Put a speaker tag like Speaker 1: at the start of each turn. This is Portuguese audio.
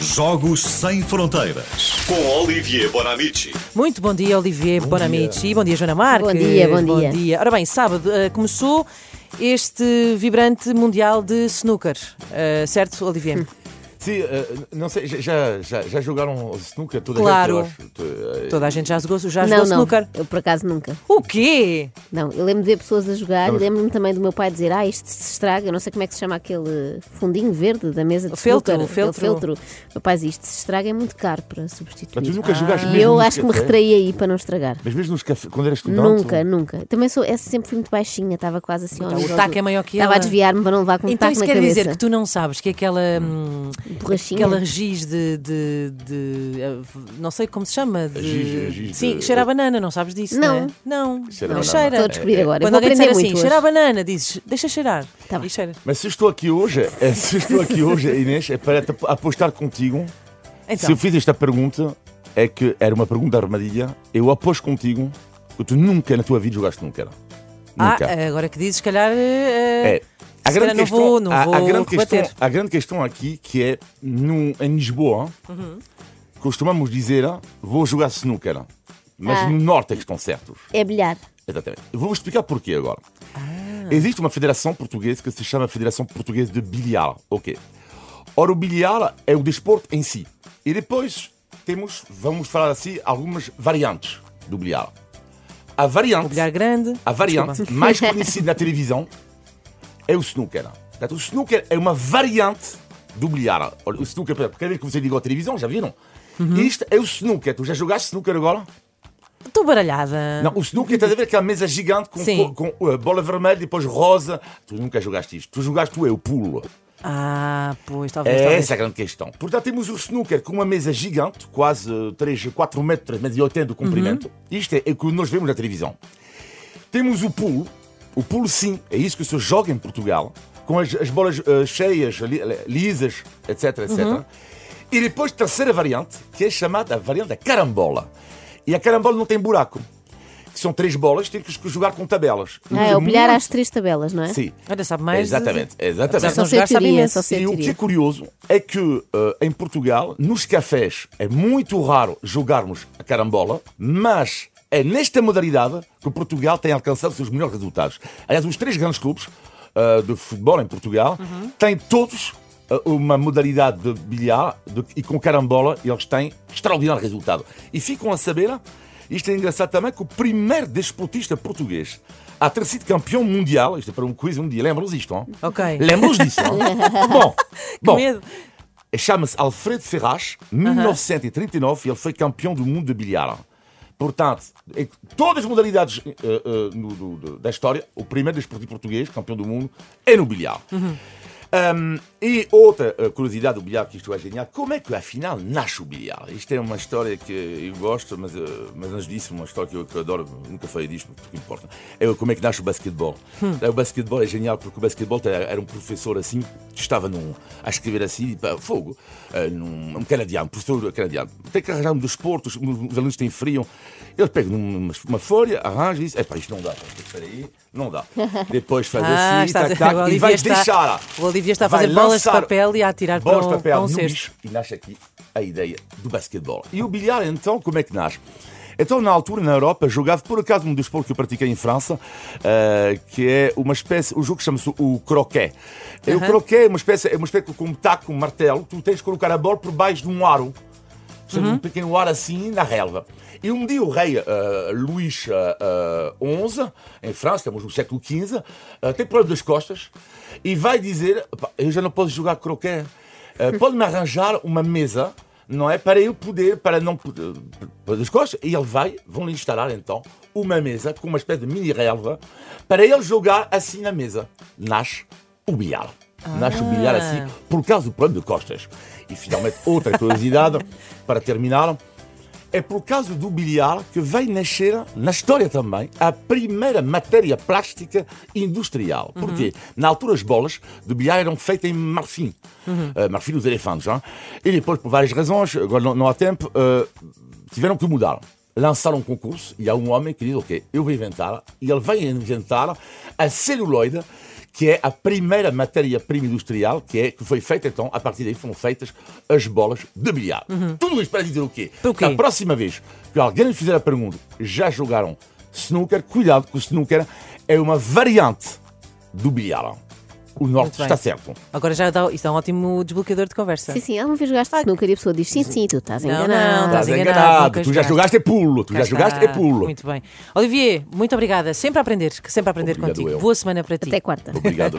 Speaker 1: Jogos Sem Fronteiras com Olivier Bonamici.
Speaker 2: Muito bom dia, Olivier Bonamici. Bom dia, Joana Marques.
Speaker 3: Bom dia, bom dia.
Speaker 2: Ora bem, sábado eh, começou este vibrante Mundial de Snooker, Eh, certo, Olivier?
Speaker 3: Hum.
Speaker 4: Sim, eh, não sei, já- já, já, já jogaram snooker toda
Speaker 2: Claro.
Speaker 4: a gente, eu acho. Tu- eh,
Speaker 2: Toda a gente já jogou, já
Speaker 3: não,
Speaker 2: jogou
Speaker 3: não.
Speaker 2: snooker.
Speaker 3: Eu por acaso nunca.
Speaker 2: O quê? Tá,
Speaker 3: Não, eu lembro de ver pessoas a jogar e
Speaker 4: Mas-
Speaker 3: lembro-me também do meu pai dizer: Ah, isto se estraga. Eu não sei como é que se chama aquele fundinho verde da mesa de
Speaker 2: O feltro,
Speaker 3: snooker,
Speaker 2: o feltro.
Speaker 3: aquele feltro. Meu pai diz: Isto se estraga é muito caro para substituir.
Speaker 4: Mas tu nunca jogaste
Speaker 3: E
Speaker 4: mesmo
Speaker 3: Ah, eu
Speaker 4: nos
Speaker 3: acho que me
Speaker 4: cafés?
Speaker 3: retraí aí para não estragar.
Speaker 4: Mas mesmo nos cafés, quando eras estudante?
Speaker 3: Nunca, nunca. Também sou, essa sempre fui muito baixinha, estava quase assim. ao
Speaker 2: Então, o
Speaker 3: nível
Speaker 2: taco
Speaker 3: do-
Speaker 2: é maior que
Speaker 3: Estava a
Speaker 2: ela.
Speaker 3: desviar-me para não levar com um
Speaker 2: Então
Speaker 3: taco
Speaker 2: isso
Speaker 3: na
Speaker 2: quer
Speaker 3: cabeça. Um
Speaker 2: dizer que tu não sabes que é aquela, hum,
Speaker 3: Borrachinha.
Speaker 2: aquela giz de, de- de, eh, não sei como se chama. De,
Speaker 4: Giz- giz
Speaker 2: Sim,
Speaker 4: de-
Speaker 2: cheira a banana, não sabes disso?
Speaker 3: Não.
Speaker 2: é? Não,
Speaker 4: Cheira a
Speaker 2: mas
Speaker 4: banana.
Speaker 2: cheira.
Speaker 3: Estou a descobrir agora.
Speaker 2: Quando
Speaker 3: eu vou
Speaker 2: alguém
Speaker 3: aprender
Speaker 2: disser
Speaker 3: muito
Speaker 2: assim,
Speaker 3: hoje.
Speaker 2: cheira a banana, dizes, deixa cheirar.
Speaker 3: Tá bem.
Speaker 2: e cheira.
Speaker 4: Mas se eu estou aqui hoje, eh, se eu estou aqui hoje, Inês, é para te ap- apostar contigo.
Speaker 2: Então,
Speaker 4: Se eu fiz esta pergunta, é que era uma pergunta armadilha. Eu aposto contigo que tu nunca na tua vida jogaste snooker.
Speaker 2: ah,
Speaker 3: é
Speaker 4: Nunca.
Speaker 2: agora que dizes, se calhar. eh,
Speaker 4: É. A
Speaker 2: Se calhar
Speaker 4: grande,
Speaker 2: não
Speaker 4: questão,
Speaker 2: vou- não
Speaker 4: a, a
Speaker 2: vou
Speaker 4: grande questão,
Speaker 2: rebater.
Speaker 4: a grande questão aqui que é no, em Lisboa,
Speaker 2: Uhum.
Speaker 4: costumamos dizer ah, vou jogar snooker, mas
Speaker 3: Ah.
Speaker 4: no norte é que estão certos.
Speaker 3: É bilhar.
Speaker 4: Exatamente. Vou explicar porquê agora.
Speaker 2: Ah.
Speaker 4: Existe uma federação portuguesa que se chama Federação Portuguesa de Bilhar. Ok. Ora, o bilhar é o desporto em si. E depois temos, vamos falar assim, algumas variantes do bilhar. A variante.
Speaker 2: o bilhar grande.
Speaker 4: A variante mais conhecida na televisão é o snooker. Portanto, o snooker é uma variante do bilhar. Olha, O snooker, por exemplo, cada vez que você liga à televisão, já viram? Isto é o snooker. Tu já jogaste snooker agora?
Speaker 2: Estou baralhada.
Speaker 4: Não, o snooker, estás a ver aquela mesa gigante com,
Speaker 2: Ah. Sim.
Speaker 4: com, com, eh, bola vermelha, depois rosa. Tu nunca jogaste isto. Tu jogaste o eu, pulo.
Speaker 2: Ah, pois, talvez.
Speaker 4: É
Speaker 2: talvez.
Speaker 4: essa a grande questão. Portanto, temos o snooker com uma mesa gigante, quase 3, 4 metros, 3 metros e 80 de comprimento. Isto é o que nós vemos na televisão. Temos o pulo. O pulo, sim, é isso que se joga em Portugal, com as, as bolas eh, cheias, li- lisas, etc, etc. E depois, terceira variante, que é chamada a variante da carambola. E a carambola não tem buraco. Que são três bolas, tem que jogar com tabelas.
Speaker 3: Ah, é o bilhar
Speaker 4: Muito-
Speaker 3: às três tabelas, não é?
Speaker 4: Sim.
Speaker 2: Olha, sabe mais.
Speaker 4: Exatamente, exatamente.
Speaker 2: Apesar de
Speaker 3: Só
Speaker 2: não
Speaker 3: sei
Speaker 2: jogar, sabe
Speaker 3: teoria,
Speaker 2: imenso.
Speaker 3: só sei
Speaker 4: E o que é
Speaker 3: teoria.
Speaker 4: curioso é que eh, em Portugal, nos cafés, é muito raro jogarmos a carambola, mas é nesta modalidade que Portugal tem alcançado os seus melhores resultados. Aliás, os três grandes clubes eh, de futebol em Portugal têm todos eh, uma modalidade de bilhar de- e com carambola e eles têm extraordinário resultado. E ficam a saber, isto é engraçado também, que o primeiro desportista português a ter sido campeão mundial, isto é para um quiz um dia, lembram-nos isto, não?
Speaker 2: Ok.
Speaker 4: Lembram-nos disso? não? bom,
Speaker 2: Que
Speaker 4: bom
Speaker 2: medo.
Speaker 4: chama-se Alfredo Ferraz, 1939, e ele foi campeão do mundo de bilhar. Portanto, em todas as modalidades eh, eh, no- do- do- da história, o primeiro desportivo português, campeão do mundo, é no bilhar. Hum, e outra eh, curiosidade do bilhar, que isto é genial, como é que afinal nasce o bilhar? Isto é uma história que eu gosto, mas, eh, mas antes disso, uma história que eu, que eu adoro, nunca falei disto, mas pouco importa. É o- como é que nasce o basquetebol. Eh, O basquetebol é genial porque o basquetebol tem- era um professor assim, que estava num, a escrever assim, e pá, fogo, eh, num, um canadiano, um professor canadiano. Tem que arranjar um desporto, os, os alunos têm frio. Ele pega numa, uma folha, arranja e diz: "Epá, isto não dá, espera aí, não dá. Depois faz
Speaker 2: Ah,
Speaker 4: assim,
Speaker 2: está
Speaker 4: tac,
Speaker 2: a-
Speaker 4: tac,
Speaker 2: o
Speaker 4: e
Speaker 2: Olivier
Speaker 4: vai
Speaker 2: está-
Speaker 4: deixar.
Speaker 2: o Olivier está a
Speaker 4: Vai
Speaker 2: fazer bolas de
Speaker 4: lançar
Speaker 2: papel e a atirar para
Speaker 4: bolas de
Speaker 2: um-
Speaker 4: papel
Speaker 2: para um
Speaker 4: no
Speaker 2: cesto.
Speaker 4: bicho. E nasce aqui a ideia do basquetebol. E o bilhar, então, como é que nasce? Então, na altura, na Europa, jogava por acaso um desporto que eu pratiquei em França, eh, que é uma espécie, o jogo chama-se o croquet. E O croquet é uma espécie, é uma espécie com um taco, um martelo, tu tens de colocar a bola por baixo de um aro. Sabe, um pequeno ar assim na relva. E um dia o rei eh, Luís XI, em França, estamos no século XV, eh, tem problema das costas e vai dizer: "Pá, Eu já não posso jogar croquet. Eh, Pode-me arranjar uma mesa, não é? Para eu poder, para não. po- eh, por- das costas. E ele vai, vão lhe instalar então uma mesa com uma espécie de mini relva para ele jogar assim na mesa. Nasce o bilhar. Nasce o bilhar assim por causa do problema de costas. E finalmente, outra curiosidade, para terminar, é por causa do bilhar que vai nascer, na história também, a primeira matéria plástica industrial. Porquê? Na altura, as bolas de bilhar eram feitas em marfim. Eh, marfim dos elefantes. hein? E depois, por várias razões, agora não, não há tempo, eh, tiveram que mudar. Lançaram um concurso e há um homem que diz: Ok, eu vou inventar. E ele vai inventar a celuloide que é a primeira matéria-prima industrial que, é, que foi feita, então, a partir daí foram feitas as bolas de bilhar. Tudo isto para dizer o quê?
Speaker 2: Uhum. Para o quê?
Speaker 4: Que a próxima vez que alguém nos fizer a pergunta, já jogaram snooker? Cuidado, que o snooker é uma variante do bilhar. O norte
Speaker 2: bem.
Speaker 4: está certo.
Speaker 2: Agora já dá, isto é um ótimo desbloqueador de conversa.
Speaker 3: Sim, sim, alguma vez jogaste snooker e a pessoa diz sim, sim, tu estás enganado.
Speaker 2: não, estás
Speaker 4: Estás
Speaker 2: enganado,
Speaker 4: enganado.
Speaker 2: nunca
Speaker 4: Tu já
Speaker 2: jogaste.
Speaker 4: jogaste é pulo. Tu já
Speaker 2: Cá
Speaker 4: jogaste é
Speaker 2: está.
Speaker 4: pulo.
Speaker 2: Muito bem. Olivier, muito obrigada. Sempre a aprender, sempre a aprender
Speaker 4: Obrigado,
Speaker 2: contigo.
Speaker 4: eu.
Speaker 2: Boa semana para ti.
Speaker 3: Até quarta.
Speaker 4: Obrigado.